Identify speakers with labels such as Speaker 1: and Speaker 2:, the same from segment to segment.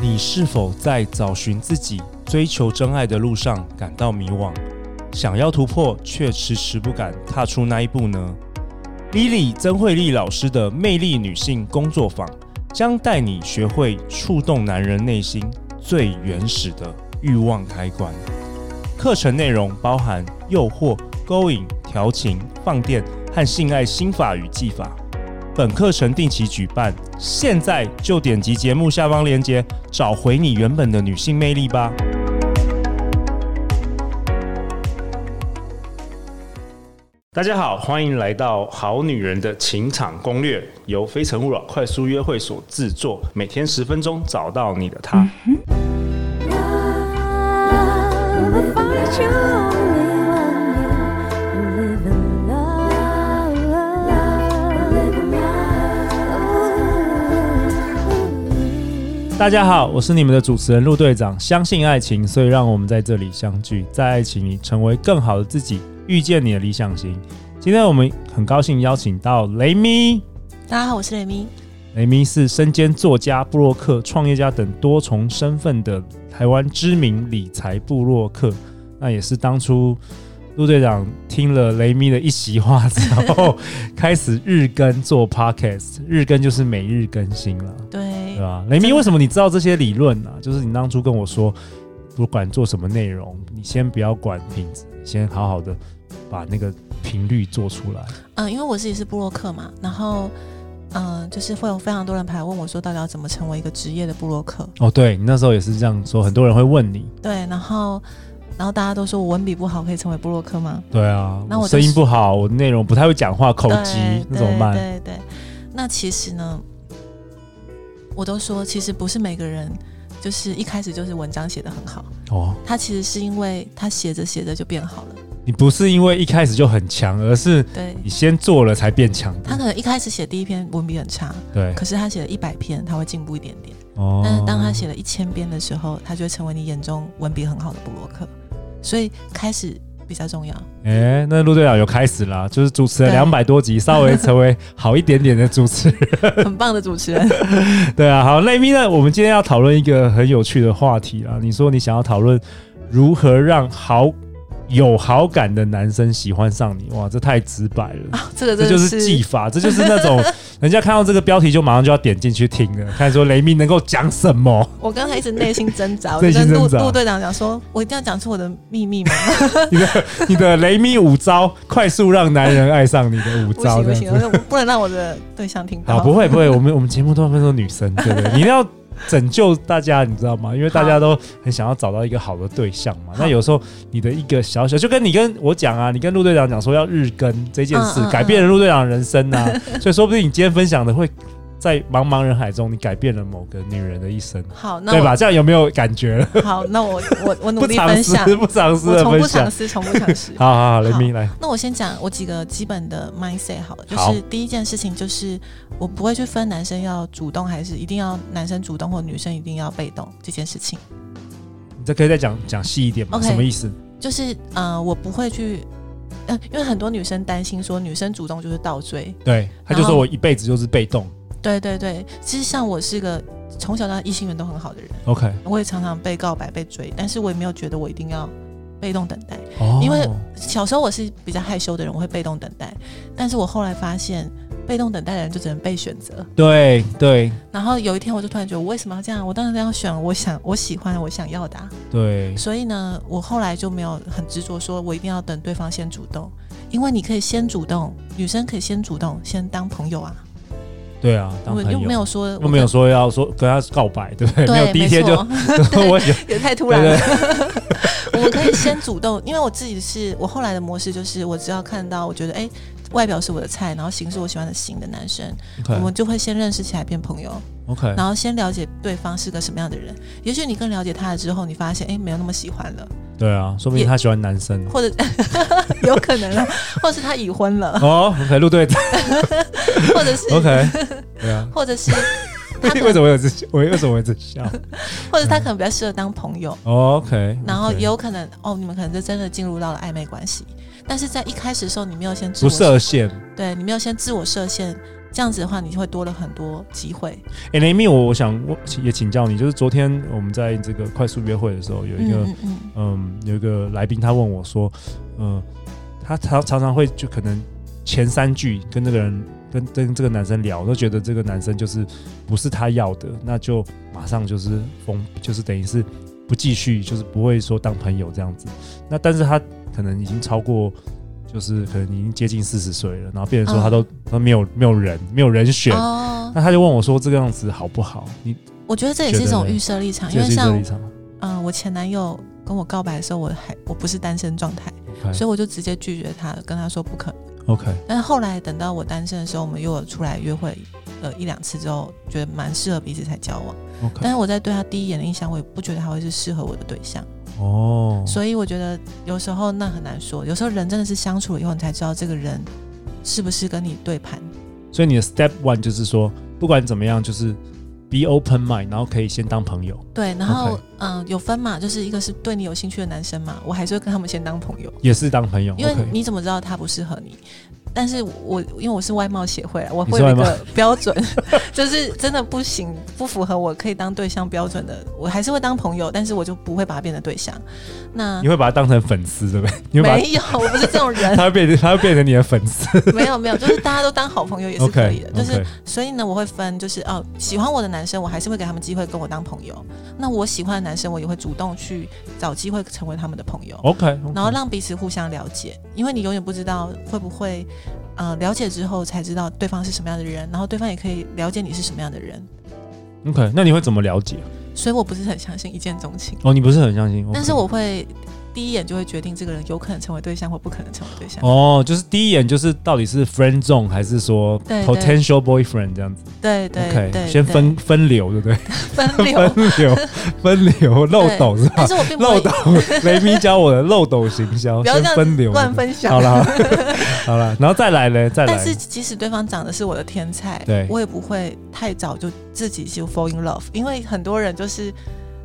Speaker 1: 你是否在找寻自己、追求真爱的路上感到迷惘，想要突破却迟迟不敢踏出那一步呢？Lily 曾慧丽老师的魅力女性工作坊将带你学会触动男人内心最原始的欲望开关。课程内容包含诱惑、勾引、调情、放电和性爱心法与技法。本课程定期举办，现在就点击节目下方链接，找回你原本的女性魅力吧。大家好，欢迎来到《好女人的情场攻略》，由非诚勿扰快速约会所制作，每天十分钟，找到你的他。
Speaker 2: Love will find you only one you live in love, live in love.
Speaker 1: 大家好，我是你们的主持人陆队长。相信爱情，所以让我们在这里相聚，在爱情里成为更好的自己，遇见你的理想型。今天我们很高兴邀请到雷咪，
Speaker 3: 大家好，我是雷咪。
Speaker 1: 雷咪是身兼作家、布洛克、创业家等多重身份的台湾知名理财布洛克。那也是当初陆队长听了雷咪的一席话之后， 开始日更做 podcast，日更就是每日更新了。
Speaker 3: 对
Speaker 1: 对，啊，雷米，为什么你知道这些理论呢、就是你当初跟我说，不管做什么内容，你先不要管品质，你先好好的把那个频率做出来。
Speaker 3: 嗯、因为我自己是布洛克嘛，然后嗯、呃就是会有非常多人跑来问我说，到底要怎么成为一个职业的布洛克？
Speaker 1: 哦，对你那时候也是这样说，很多人会问你。
Speaker 3: 对，然后然后大家都说我文笔不好，可以成为布洛克吗？
Speaker 1: 对啊，
Speaker 3: 那我
Speaker 1: 声音
Speaker 3: 就是
Speaker 1: 不好，我内容不太会讲话，口
Speaker 3: 对
Speaker 1: 疾那种慢。
Speaker 3: 对对对，那其实呢，我都说，其实不是每个人就是一开始就是文章写得很好，
Speaker 1: 哦，
Speaker 3: 他其实是因为他写着写着就变好了。
Speaker 1: 你不是因为一开始就很强，而是
Speaker 3: 对
Speaker 1: 你先做了才变强
Speaker 3: 他
Speaker 1: 的。
Speaker 3: 可能一开始写第一篇文笔很差，
Speaker 1: 对，
Speaker 3: 可是他写了一百篇，他会进步一点点。
Speaker 1: 哦
Speaker 3: 但是当他写了一千遍的时候，他就会成为你眼中文笔很好的布洛克。所以开始比较重要。
Speaker 1: 哎、那陆队长有开始啦，就是主持人
Speaker 3: 对
Speaker 1: 两百多集，稍 微成为好一点点的主持人。
Speaker 3: 很棒的主 持人，
Speaker 1: 对啊，好，那咪呢？我们今天要讨论一个很有趣的话题啊。你说你想要讨论如何让好有好感的男生喜欢上你，哇，这太直白 了。
Speaker 3: 这个
Speaker 1: 这
Speaker 3: 啊真
Speaker 1: 就
Speaker 3: 的
Speaker 1: 是技法，这就是那种 人家看到这个标题就马上就要点进去听的，看说雷咪能够讲什么。
Speaker 3: 我刚才一直内心挣扎， 我
Speaker 1: 内
Speaker 3: 就
Speaker 1: 心
Speaker 3: 跟陆
Speaker 1: 挣扎
Speaker 3: 陆队长讲说，我一定要讲出我的秘密 嘛，
Speaker 1: 你的你的雷咪五招，快速让男人爱上你的五
Speaker 3: 不
Speaker 1: 招，
Speaker 3: 行
Speaker 1: 这样
Speaker 3: 不行，
Speaker 1: 子。
Speaker 3: 我不能让我的对象听
Speaker 1: 好，
Speaker 3: 到。
Speaker 1: 啊不会不会，我们我们节目都分都女生，对不对？你一定要拯救大家，你知道吗？因为大家都很想要找到一个好的对象嘛。
Speaker 3: 好
Speaker 1: 那有时候你的一个小小，就跟你跟我讲啊，你跟陆队长讲说要日更这件事，
Speaker 3: 嗯嗯嗯
Speaker 1: 改变了陆队长的人生呐、所以说不定你今天分享的会在茫茫人海中，你改变了某个女人的一生，
Speaker 3: 好，那
Speaker 1: 对
Speaker 3: 我
Speaker 1: 吧？这样有没有感觉？
Speaker 3: 好，那我我我 努
Speaker 1: 不
Speaker 3: 力
Speaker 1: 尝
Speaker 3: 分
Speaker 1: 试
Speaker 3: 享，，
Speaker 1: 不尝试
Speaker 3: 我
Speaker 1: 的
Speaker 3: 从
Speaker 1: 分
Speaker 3: 不
Speaker 1: 享
Speaker 3: 尝。试，从不尝试。
Speaker 1: 好好好，雷明来，
Speaker 3: 那我先讲我几个基本的 mindset 好了，就
Speaker 1: 好
Speaker 3: 是第一件事情就是我不会去分男生要主动还是一定要男生主动或女生一定要被动这件事情，
Speaker 1: 你这可以再讲讲细一点吗
Speaker 3: OK
Speaker 1: 什么意思？
Speaker 3: 就是呃我不会去，呃因为很多女生担心说女生主动就是倒追，
Speaker 1: 对，他就
Speaker 3: 然
Speaker 1: 说
Speaker 3: 后
Speaker 1: 我一辈子就是被动。
Speaker 3: 对对对，其实像我是个从小到异性缘都很好的人，
Speaker 1: OK，
Speaker 3: 我也常常被告白被追，但是我也没有觉得我一定要被动等待，
Speaker 1: 哦
Speaker 3: 因为小时候我是比较害羞的人，我会被动等待，但是我后来发现被动等待的人就只能被选择。
Speaker 1: 对对
Speaker 3: 然后有一天，我就突然觉得，我为什么要这样？我当然要选我想、我喜欢、我想要的、啊。
Speaker 1: 对，
Speaker 3: 所以呢，我后来就没有很执着，说我一定要等对方先主动，因为你可以先主动，女生可以先主动，先当朋友啊。
Speaker 1: 对啊，当
Speaker 3: 我
Speaker 1: 朋友
Speaker 3: 又没有说，
Speaker 1: 又没有说要说跟他告白，对不对？
Speaker 3: 对，
Speaker 1: 没有第一天就
Speaker 3: 没 错
Speaker 1: 我有
Speaker 3: 也太突然了。我们可以先主动，因为我自己是我后来的模式就是，我只要看到我觉得哎、诶外表是我的菜，然后型是我喜欢的型的男生，我们就会先认识起来变朋友。
Speaker 1: OK，
Speaker 3: 然后先了解对方是个什么样的人。也许你更了解他了之后，你发现哎，诶没有那么喜欢了，
Speaker 1: 对啊，说不定
Speaker 3: 也
Speaker 1: 他喜欢男 生哦
Speaker 3: 或者 有可能了，或者是他已婚了，
Speaker 1: 哦。OK，陆队 长
Speaker 3: 或者是
Speaker 1: ，OK，对啊，
Speaker 3: 或者是他可
Speaker 1: 为
Speaker 3: 能，
Speaker 1: 什么有这我为什么有这笑
Speaker 3: 或者他可能比较适合当朋友。
Speaker 1: 哦？OK，
Speaker 3: 然后也有可能哦，你们可能就真的进入到了暧昧关系，但是在一开始的时候，你没有先自
Speaker 1: 不
Speaker 3: 我
Speaker 1: 设限，
Speaker 3: 对你没有先自我设限，这样子的话，你就会多了很多机会。
Speaker 1: 哎、雷 a m y 我我想我也请教你，就是昨天我们在这个快速约会的时候，有一个
Speaker 3: 嗯嗯
Speaker 1: 嗯，有一个来宾他问我说，嗯，他常常常会就可能前三句跟那个人跟跟这个男生聊，都觉得这个男生就是不是他要的，那就马上就是封，就是等于是不继续，就是不会说当朋友这样子。那但是他可能已经超过。就是可能已经接近四十岁了，然后变成说他都、他没有没有人没有人选，
Speaker 3: 嗯。哦，
Speaker 1: 那他就问我说这个样子好不好？你
Speaker 3: 我觉得这也是一
Speaker 1: 觉
Speaker 3: 种
Speaker 1: 得呢
Speaker 3: 预设立场，因
Speaker 1: 这
Speaker 3: 为
Speaker 1: 是这
Speaker 3: 像
Speaker 1: 立场，
Speaker 3: 嗯、呃我前男友跟我告白的时候，我还我不是单身状态，
Speaker 1: OK
Speaker 3: 所以我就直接拒绝他，跟他说不可能。
Speaker 1: OK
Speaker 3: 但是后来等到我单身的时候，我们又有出来约会了一两次之后，觉得蛮适合彼此才交往。
Speaker 1: OK
Speaker 3: 但是我在对他第一眼的印象，我也不觉得他会是适合我的对象。
Speaker 1: 哦，
Speaker 3: 所以我觉得有时候那很难说，有时候人真的是相处了以后，你才知道这个人是不是跟你对盘。
Speaker 1: 所以你的 step one 就是说，不管怎么样，就是 be open mind，然后可以先当朋友，
Speaker 3: 对，然后
Speaker 1: OK
Speaker 3: 嗯、有分嘛，就是一个是对你有兴趣的男生嘛，我还是会跟他们先当朋友，
Speaker 1: 也是当朋友。
Speaker 3: 因为
Speaker 1: OK
Speaker 3: 你怎么知道他不适合你？但是我因为我是外貌协会啊，我
Speaker 1: 你
Speaker 3: 会
Speaker 1: 是
Speaker 3: 有
Speaker 1: 外
Speaker 3: 一
Speaker 1: 貌
Speaker 3: 个 标准，就是真的不行，不符合我可以当对象标准的，我还是会当朋友，但是我就不会把他变成对象。那
Speaker 1: 你会把他当成粉丝，对不对？你会把
Speaker 3: 啊没有， 我不是这种
Speaker 1: 他
Speaker 3: 人，
Speaker 1: 他会变成他会变成你的粉丝。
Speaker 3: 没有没有，就是大家都当好朋 友也是可以
Speaker 1: OK
Speaker 3: 的，就是
Speaker 1: OK
Speaker 3: 所以呢，我会分，就是哦，喜欢我的男生，我还是会给他们机会跟我当朋友。那我喜欢的男生，我也会主动去找机会成为他们的朋友，
Speaker 1: OK，
Speaker 3: 然后让彼此互相了解，因为你永远不知道会不会，呃，了解之后才知道对方是什么样的人，然后对方也可以了解你是什么样的人。
Speaker 1: OK，那你会怎么了解？
Speaker 3: 所以我不是很相信一见钟情，
Speaker 1: 哦，你不是很相信，OK
Speaker 3: 但是我会第一眼就会决定这个人有可能成为对象或不可能成为对象。
Speaker 1: 哦，就是第一眼就是到底是 friend zone 还是说
Speaker 3: 对对
Speaker 1: potential boyfriend 这样子
Speaker 3: 对对
Speaker 1: ？OK，
Speaker 3: 对，
Speaker 1: 先
Speaker 3: 对
Speaker 1: 分分流，对不对？
Speaker 3: 分流。
Speaker 1: 分 流，分流漏斗是吧
Speaker 3: 但？是我并不
Speaker 1: 漏
Speaker 3: 会
Speaker 1: 斗，雷米教我的漏斗行销，
Speaker 3: 不要
Speaker 1: 先
Speaker 3: 这样
Speaker 1: 分
Speaker 3: 子
Speaker 1: 流，
Speaker 3: 乱分享。
Speaker 1: 好了，好了好了，然后再来嘞，再来。
Speaker 3: 但是即使对方长得是我的天才，
Speaker 1: 对
Speaker 3: 我也不会太早就自己就 fall in love，因为很多人就是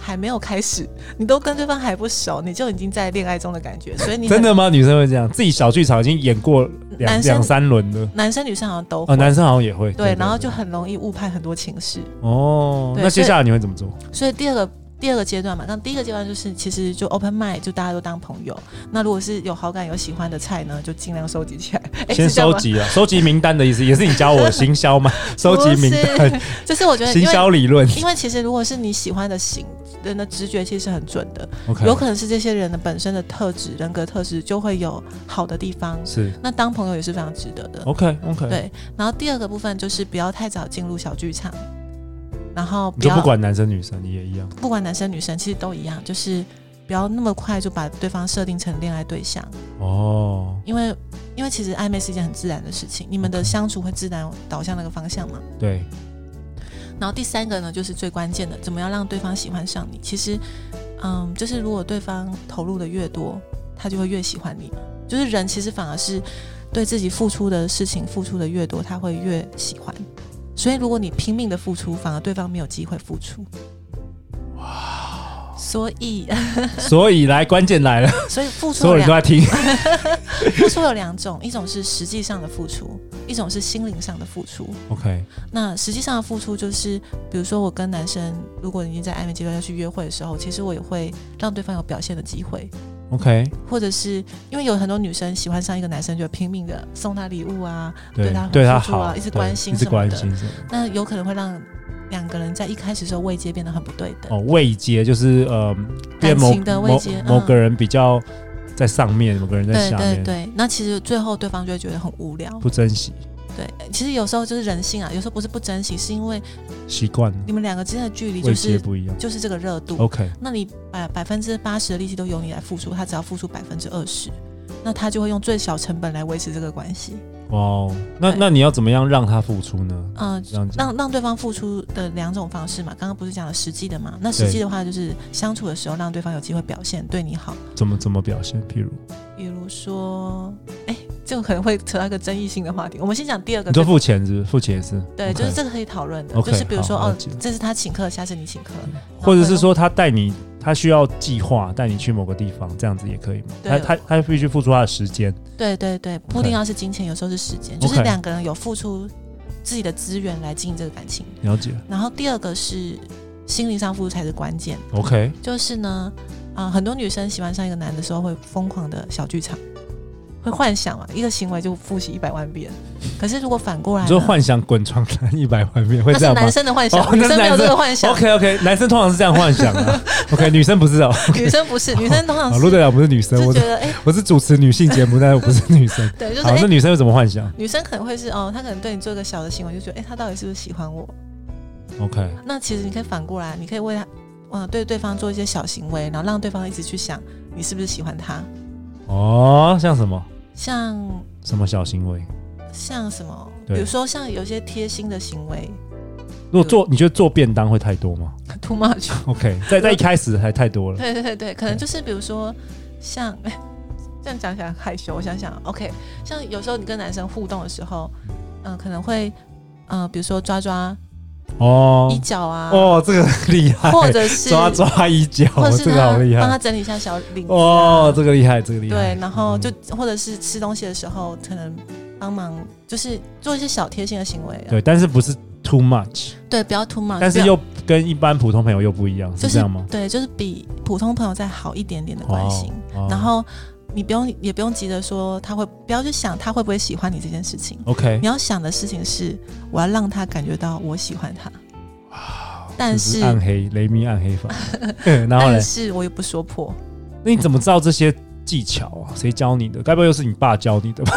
Speaker 3: 还没有开始，你都跟对方还不熟，你就已经在恋爱中的感觉，所以你很
Speaker 1: 真的吗？女生会这样，自己小剧场已经演过两
Speaker 3: 男生
Speaker 1: 两三轮了，
Speaker 3: 男生女生好像都会
Speaker 1: 啊，男生好像也会。
Speaker 3: 对，然后就很容易误判很多情势，
Speaker 1: 哦，
Speaker 3: 对
Speaker 1: 那接下来你会怎么做？
Speaker 3: 所以第二个。第二个阶段嘛，那第一个阶段就是其实就 open mind，就大家都当朋友。那如果是有好感、有喜欢的菜呢，就尽量收集起来。诶
Speaker 1: 先
Speaker 3: 哎是这样
Speaker 1: 收
Speaker 3: 吗
Speaker 1: 集啊，收集名单的意思也是你教我行销 嘛，收集名单，
Speaker 3: 就是我觉得，
Speaker 1: 行
Speaker 3: 因为
Speaker 1: 销理论。
Speaker 3: 因为其实如果是你喜欢的型，人的直觉其实是很准的。
Speaker 1: OK，
Speaker 3: 有可能是这些人的本身的特质、人格特质就会有好的地方，
Speaker 1: 是
Speaker 3: 那当朋友也是非常值得的。
Speaker 1: OK OK，
Speaker 3: 对，然后第二个部分就是不要太早进入小剧场，然后
Speaker 1: 你
Speaker 3: 不
Speaker 1: 就
Speaker 3: 要
Speaker 1: 不管男生女生，你也一样。
Speaker 3: 不管男生女生其实都一样，就是不要那么快就把对方设定成恋爱对象，
Speaker 1: 哦，
Speaker 3: 因为因为其实暧昧是一件很自然的事情，你们的相处会自然导向那个方向嘛。
Speaker 1: 对，
Speaker 3: 然后第三个呢，就是最关键的，怎么样让对方喜欢上你？其实，嗯，就是如果对方投入的越多，他就会越喜欢你嘛。就是人其实反而是对自己付出的事情付出的越多，他会越喜欢。所以如果你拼命的付出，反而对方没有机会付出。哇！所以，
Speaker 1: 所以来关键来了，
Speaker 3: 所以付出
Speaker 1: 所有
Speaker 3: 有
Speaker 1: 人都
Speaker 3: 两
Speaker 1: 在听。
Speaker 3: 付出有两种，一种是实际上的付出，一种是心灵上的付出。
Speaker 1: OK，
Speaker 3: 那实际上的付出就是，比如说我跟男生，如果已经在暧昧阶段要去约会的时候，其实我也会让对方有表现的机会，
Speaker 1: OK，
Speaker 3: 或者是因为有很多女生喜欢上一个男生，就拼命的送他礼物啊，
Speaker 1: 对
Speaker 3: 对他，
Speaker 1: 对他
Speaker 3: 付出啊
Speaker 1: 好，
Speaker 3: 一直
Speaker 1: 对
Speaker 3: 关心
Speaker 1: 一直
Speaker 3: 什么
Speaker 1: 关
Speaker 3: 的
Speaker 1: 心什么的。
Speaker 3: 那有可能会让两个人在一开始的时候位阶变得很不对等。
Speaker 1: 哦，位阶就是呃，变
Speaker 3: 感
Speaker 1: 某
Speaker 3: 情的位
Speaker 1: 某
Speaker 3: 阶
Speaker 1: 某
Speaker 3: 嗯
Speaker 1: 个人比较在上面，某个人在
Speaker 3: 对
Speaker 1: 下面，
Speaker 3: 对对，那其实最后对方就会觉得很无聊。
Speaker 1: 不珍惜，
Speaker 3: 对，其实有时候就是人性啊，有时候不是不珍惜，是因为
Speaker 1: 习惯了，
Speaker 3: 你们两个之间的距离
Speaker 1: 位
Speaker 3: 就
Speaker 1: 阶
Speaker 3: 是
Speaker 1: 不一样。
Speaker 3: 就是这个热度。
Speaker 1: OK，
Speaker 3: 那你百百分之八十的力气都由你来付出，他只要付出百分之二十，那他就会用最小成本来维持这个关系。
Speaker 1: 哇哦，那
Speaker 3: 对
Speaker 1: 那你要怎么样让他付出呢？
Speaker 3: 嗯、
Speaker 1: 这样讲，
Speaker 3: 让让对方付出的两种方式嘛，刚刚不是讲了实际的嘛？那实际的话就是相处的时候让对方有机会表现对你好，
Speaker 1: 怎么怎么表现？譬如
Speaker 3: 比如说，哎，这个可能会扯到一个争议性的话题。我们先讲第二个
Speaker 1: 你，说付钱是不是付钱也是
Speaker 3: 对，
Speaker 1: OK
Speaker 3: 就是这个可以讨论的
Speaker 1: OK，
Speaker 3: 就是比如说
Speaker 1: 好了
Speaker 3: 哦
Speaker 1: 解，
Speaker 3: 这是他请客，下次你请客，
Speaker 1: 嗯或者是说他带你，他需要计划带你去某个地方，这样子也可以吗？他
Speaker 3: 对
Speaker 1: 他他必须付出他的时间。
Speaker 3: 对对对，不一定要是金钱，有时候是时间，就是
Speaker 1: OK
Speaker 3: 两个人有付出自己的资源来经营这个感情。
Speaker 1: 了解
Speaker 3: 然后第二个是心灵上付出才是关键，
Speaker 1: ，OK，
Speaker 3: 就是呢，啊、很多女生喜欢上一个男的时候会疯狂的小剧场，会幻想啊，一个行为就复习一百万遍。可是如果反过来
Speaker 1: 你说
Speaker 3: 呢，
Speaker 1: 幻想滚床单一百万遍会这
Speaker 3: 那是
Speaker 1: 样吗
Speaker 3: 男生的幻想，
Speaker 1: 哦
Speaker 3: 女
Speaker 1: 那是
Speaker 3: 生没有
Speaker 1: 男
Speaker 3: 这
Speaker 1: 生
Speaker 3: 个幻想。
Speaker 1: ？OK OK，男生通常是这样幻想啊 ，OK，女生不是哦。
Speaker 3: 女生不是，女生通常
Speaker 1: 好，
Speaker 3: 是
Speaker 1: 陆队长不是女生，
Speaker 3: 就
Speaker 1: 我
Speaker 3: 觉得哎、
Speaker 1: 我是主持女性节目，但是我不是女生。
Speaker 3: 对， 就是
Speaker 1: 好，
Speaker 3: 哎、
Speaker 1: 那女生有什么幻想
Speaker 3: 女生可能会是哦，她可能对你做一个小的行为，就觉得哎、她到底是不是喜欢我？
Speaker 1: ？OK，
Speaker 3: 那其实你可以反过来，你可以为她，嗯、对对方做一些小行为，然后让对方一直去想你是不是喜欢他。
Speaker 1: 哦，像什么
Speaker 3: 像
Speaker 1: 什么小行为？
Speaker 3: 像什么，比
Speaker 1: 对
Speaker 3: 如说像有些贴心的行为
Speaker 1: 如果做，你觉得做便当会太多吗
Speaker 3: ，too much。
Speaker 1: ？OK，在在一开始还太多了。
Speaker 3: 对对对对，可能就是比如说像 这样讲起来很害羞，我想想，OK，像有时候你跟男生互动的时候，嗯、可能会嗯、呃比如说抓抓
Speaker 1: 哦
Speaker 3: 衣角啊，
Speaker 1: 哦，这个厉害，
Speaker 3: 或者 是
Speaker 1: 抓抓衣角
Speaker 3: 或，者是
Speaker 1: 这个好
Speaker 3: 呢
Speaker 1: 厉
Speaker 3: 帮他
Speaker 1: 害。
Speaker 3: 整理一下小领子、啊、
Speaker 1: 哦，这个厉害，这个厉害。嗯
Speaker 3: 对，然后就、或者是吃东西的时候，可能帮忙就是做一些小贴心的行为、啊，
Speaker 1: 对，但是不是 too much，
Speaker 3: 对，不要 too much，
Speaker 1: 但是
Speaker 3: 不要
Speaker 1: 又跟一般普通朋友又不一样，
Speaker 3: 啊就是
Speaker 1: 这样吗？
Speaker 3: 对，就是比普通朋友再好一点点的关心，
Speaker 1: 哦哦
Speaker 3: 然后你不用也不用急着说他会，不要去想他会不会喜欢你这件事情。
Speaker 1: OK，
Speaker 3: 你要想的事情是，我要让他感觉到我喜欢他，但
Speaker 1: 哦就是
Speaker 3: 是
Speaker 1: 暗黑雷米暗黑法， 嗯然后呢
Speaker 3: 但？是我也不说破，
Speaker 1: 那你怎么知道这些技巧啊？谁教你的？该不会又是你爸教你的吧？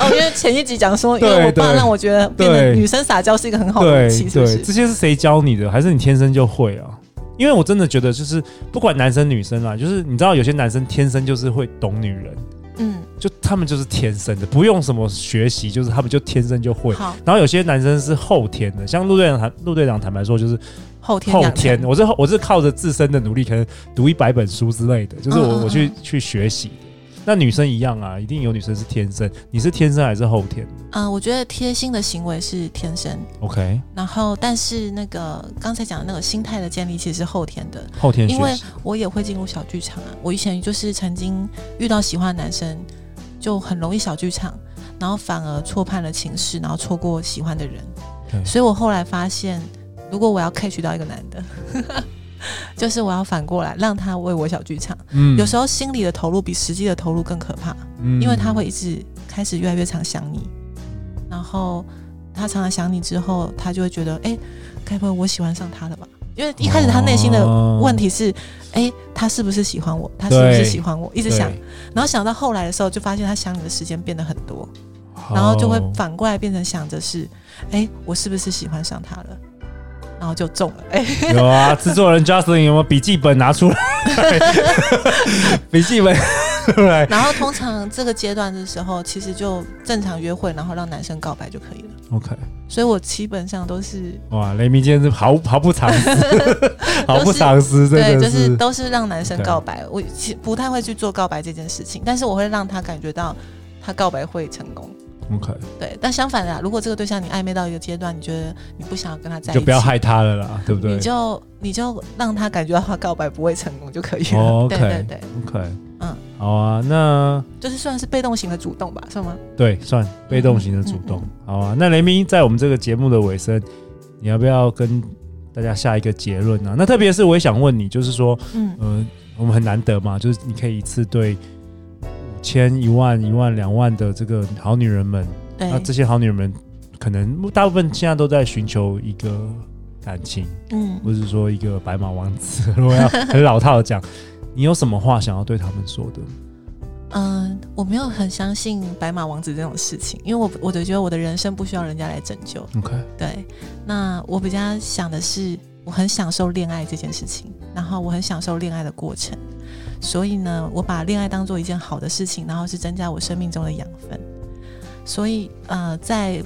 Speaker 3: 哦，因为前一集讲说，因
Speaker 1: 对
Speaker 3: 为我爸
Speaker 1: 对
Speaker 3: 让我觉得变得
Speaker 1: 对
Speaker 3: 女生撒娇是一个很好的
Speaker 1: 对
Speaker 3: 武器，是
Speaker 1: 对，
Speaker 3: 不是？
Speaker 1: 这些是谁教你的？还是你天生就会啊？因为我真的觉得，就是不管男生女生啦，啊就是你知道有些男生天生就是会懂女人，
Speaker 3: 嗯，
Speaker 1: 就他们就是天生的，不用什么学习，就是他们就天生就会。
Speaker 3: 好，
Speaker 1: 然后有些男生是后天的，像陆队长坦陆队长坦白说，就是
Speaker 3: 后天
Speaker 1: 后
Speaker 3: 养
Speaker 1: 天，
Speaker 3: 成
Speaker 1: 我是后我是靠着自身的努力，可能读一百本书之类的，就是我
Speaker 3: 嗯嗯
Speaker 1: 我去
Speaker 3: 嗯
Speaker 1: 去学习的。那女生一样啊，一定有女生是天生，你是天生还是后天
Speaker 3: 嗯、我觉得贴心的行为是天生，
Speaker 1: ？OK，
Speaker 3: 然后但是那个刚才讲的那个心态的建立其实是后天的，
Speaker 1: 后天
Speaker 3: 因为
Speaker 1: 学习。
Speaker 3: 我也会进入小剧场啊。我以前就是曾经遇到喜欢的男生，就很容易小剧场，然后反而错判了情势，然后错过喜欢的人。
Speaker 1: 对
Speaker 3: 所以我后来发现，如果我要 catch 到一个男的， 就是我要反过来让他为我小剧场。
Speaker 1: 嗯
Speaker 3: 有时候心理的投入比实际的投入更可怕，因为
Speaker 1: 嗯
Speaker 3: 他会一直开始越来越常想你，然后他常常想你之后，他就会觉得，哎、该不会我喜欢上他了吧？因为一开始他内心的
Speaker 1: 哦
Speaker 3: 问题是，哎、他是不是喜欢我？他是不是
Speaker 1: 对
Speaker 3: 喜欢我？一
Speaker 1: 一
Speaker 3: 直想，然后想到后来的时候，就发现他想你的时间变得很多，然后就会
Speaker 1: 哦
Speaker 3: 反过来变成想着是，哎、我是不是喜欢上他了？然后就中了，哎、
Speaker 1: 有啊，制作人 Justin 有没有笔记本拿出来？ 笔记本出来。
Speaker 3: 然后通常这个阶段的时候，其实就正常约会，然后让男生告白就可以了。
Speaker 1: OK，
Speaker 3: 所以我基本上都是
Speaker 1: 哇，雷明今天是毫毫不藏 私，毫不藏私，
Speaker 3: 对，
Speaker 1: 真
Speaker 3: 就
Speaker 1: 的
Speaker 3: 是
Speaker 1: 是。
Speaker 3: 都是让男生
Speaker 1: OK
Speaker 3: 告白。我其不太会去做告白这件事情，但是我会让他感觉到他告白会成功。
Speaker 1: OK，
Speaker 3: 对，但相反的、啊，如果这个对象你暧昧到一个阶段，你觉得你不想要跟他在一起，
Speaker 1: 就不要害他了啦，对不对
Speaker 3: 你就你就让他感觉到他告白不会成功就可以了。
Speaker 1: 哦
Speaker 3: 对
Speaker 1: OK
Speaker 3: 对对，
Speaker 1: ？OK，
Speaker 3: 嗯，
Speaker 1: 好啊，那
Speaker 3: 就是算是被动型的主动吧，算吗？
Speaker 1: 对，算被动型的主动。
Speaker 3: 嗯
Speaker 1: 好啊，那雷明在我们这个节目的尾声，你要不要跟大家下一个结论呢、啊？那特别是我也想问你，就是说，
Speaker 3: 嗯，
Speaker 1: 呃，我们很难得嘛，就是你可以一次对五千、一万、一万、两万的这个好女人们，
Speaker 3: 对
Speaker 1: 那，这些好女人们可能大部分现在都在寻求一个感情，
Speaker 3: 嗯，
Speaker 1: 或是说一个白马王子。 如果要很老套的讲，你有什么话想要对他们说的？
Speaker 3: 嗯，我没有很相信白马王子这种事情，因为我我就觉得我的人生不需要人家来拯救。
Speaker 1: OK，
Speaker 3: 对，那我比较想的是，我很享受恋爱这件事情，然后我很享受恋爱的过程，所以呢，我把恋爱当做一件好的事情，然后是增加我生命中的养分。所以呃，在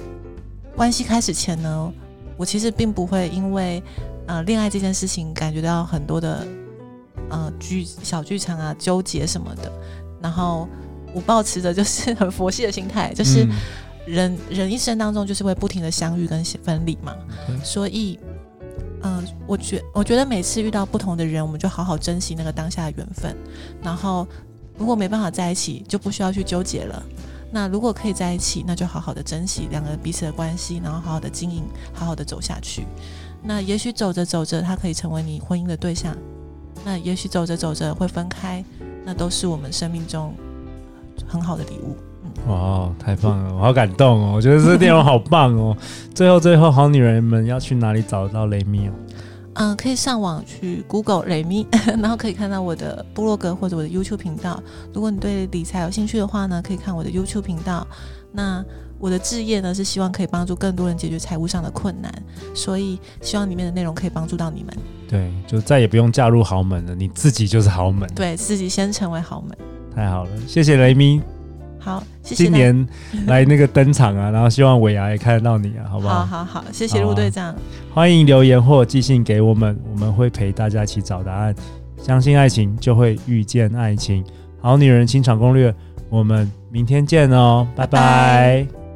Speaker 3: 关系开始前呢，我其实并不会因为呃恋爱这件事情感觉到很多的呃剧小剧场啊纠结什么的，然后我保持着就是很佛系的心态，就是。
Speaker 1: 嗯
Speaker 3: 人人一生当中就是会不停的相遇跟分离嘛，
Speaker 1: OK
Speaker 3: 所以，嗯、我觉我觉得每次遇到不同的人，我们就好好珍惜那个当下的缘分，然后如果没办法在一起，就不需要去纠结了。那如果可以在一起，那就好好的珍惜两个人彼此的关系，然后好好的经营，好好的走下去。那也许走着走着，他可以成为你婚姻的对象；那也许走着走着会分开，那都是我们生命中很好的礼物。
Speaker 1: 哇，哦太棒了，我好感动哦！我觉得这内容好棒哦。 最后，最后，好女人们要去哪里找到雷米哦？
Speaker 3: 嗯，可以上网去 Google 雷米， 然后可以看到我的部落格或者我的 YouTube 频道。如果你对理财有兴趣的话呢，可以看我的 YouTube 频道。那我的置业呢，是希望可以帮助更多人解决财务上的困难，所以希望里面的内容可以帮助到你们，
Speaker 1: 对，就再也不用嫁入豪门了，你自己就是豪门。，
Speaker 3: 对自己先成为豪门。
Speaker 1: 太好了，谢谢雷米，
Speaker 3: 好，谢谢
Speaker 1: 今
Speaker 3: 大
Speaker 1: 年来那个登场啊，然后希望尾牙也看得到你啊，好不
Speaker 3: 好
Speaker 1: 好？
Speaker 3: 好好，谢
Speaker 1: 好
Speaker 3: 谢
Speaker 1: 啊
Speaker 3: 陆队长，
Speaker 1: 欢迎留言或寄信给我们，我们会陪大家一起找答案。相信爱情，就会遇见爱情。好女人情场攻略，我们明天见哦，拜拜
Speaker 3: 拜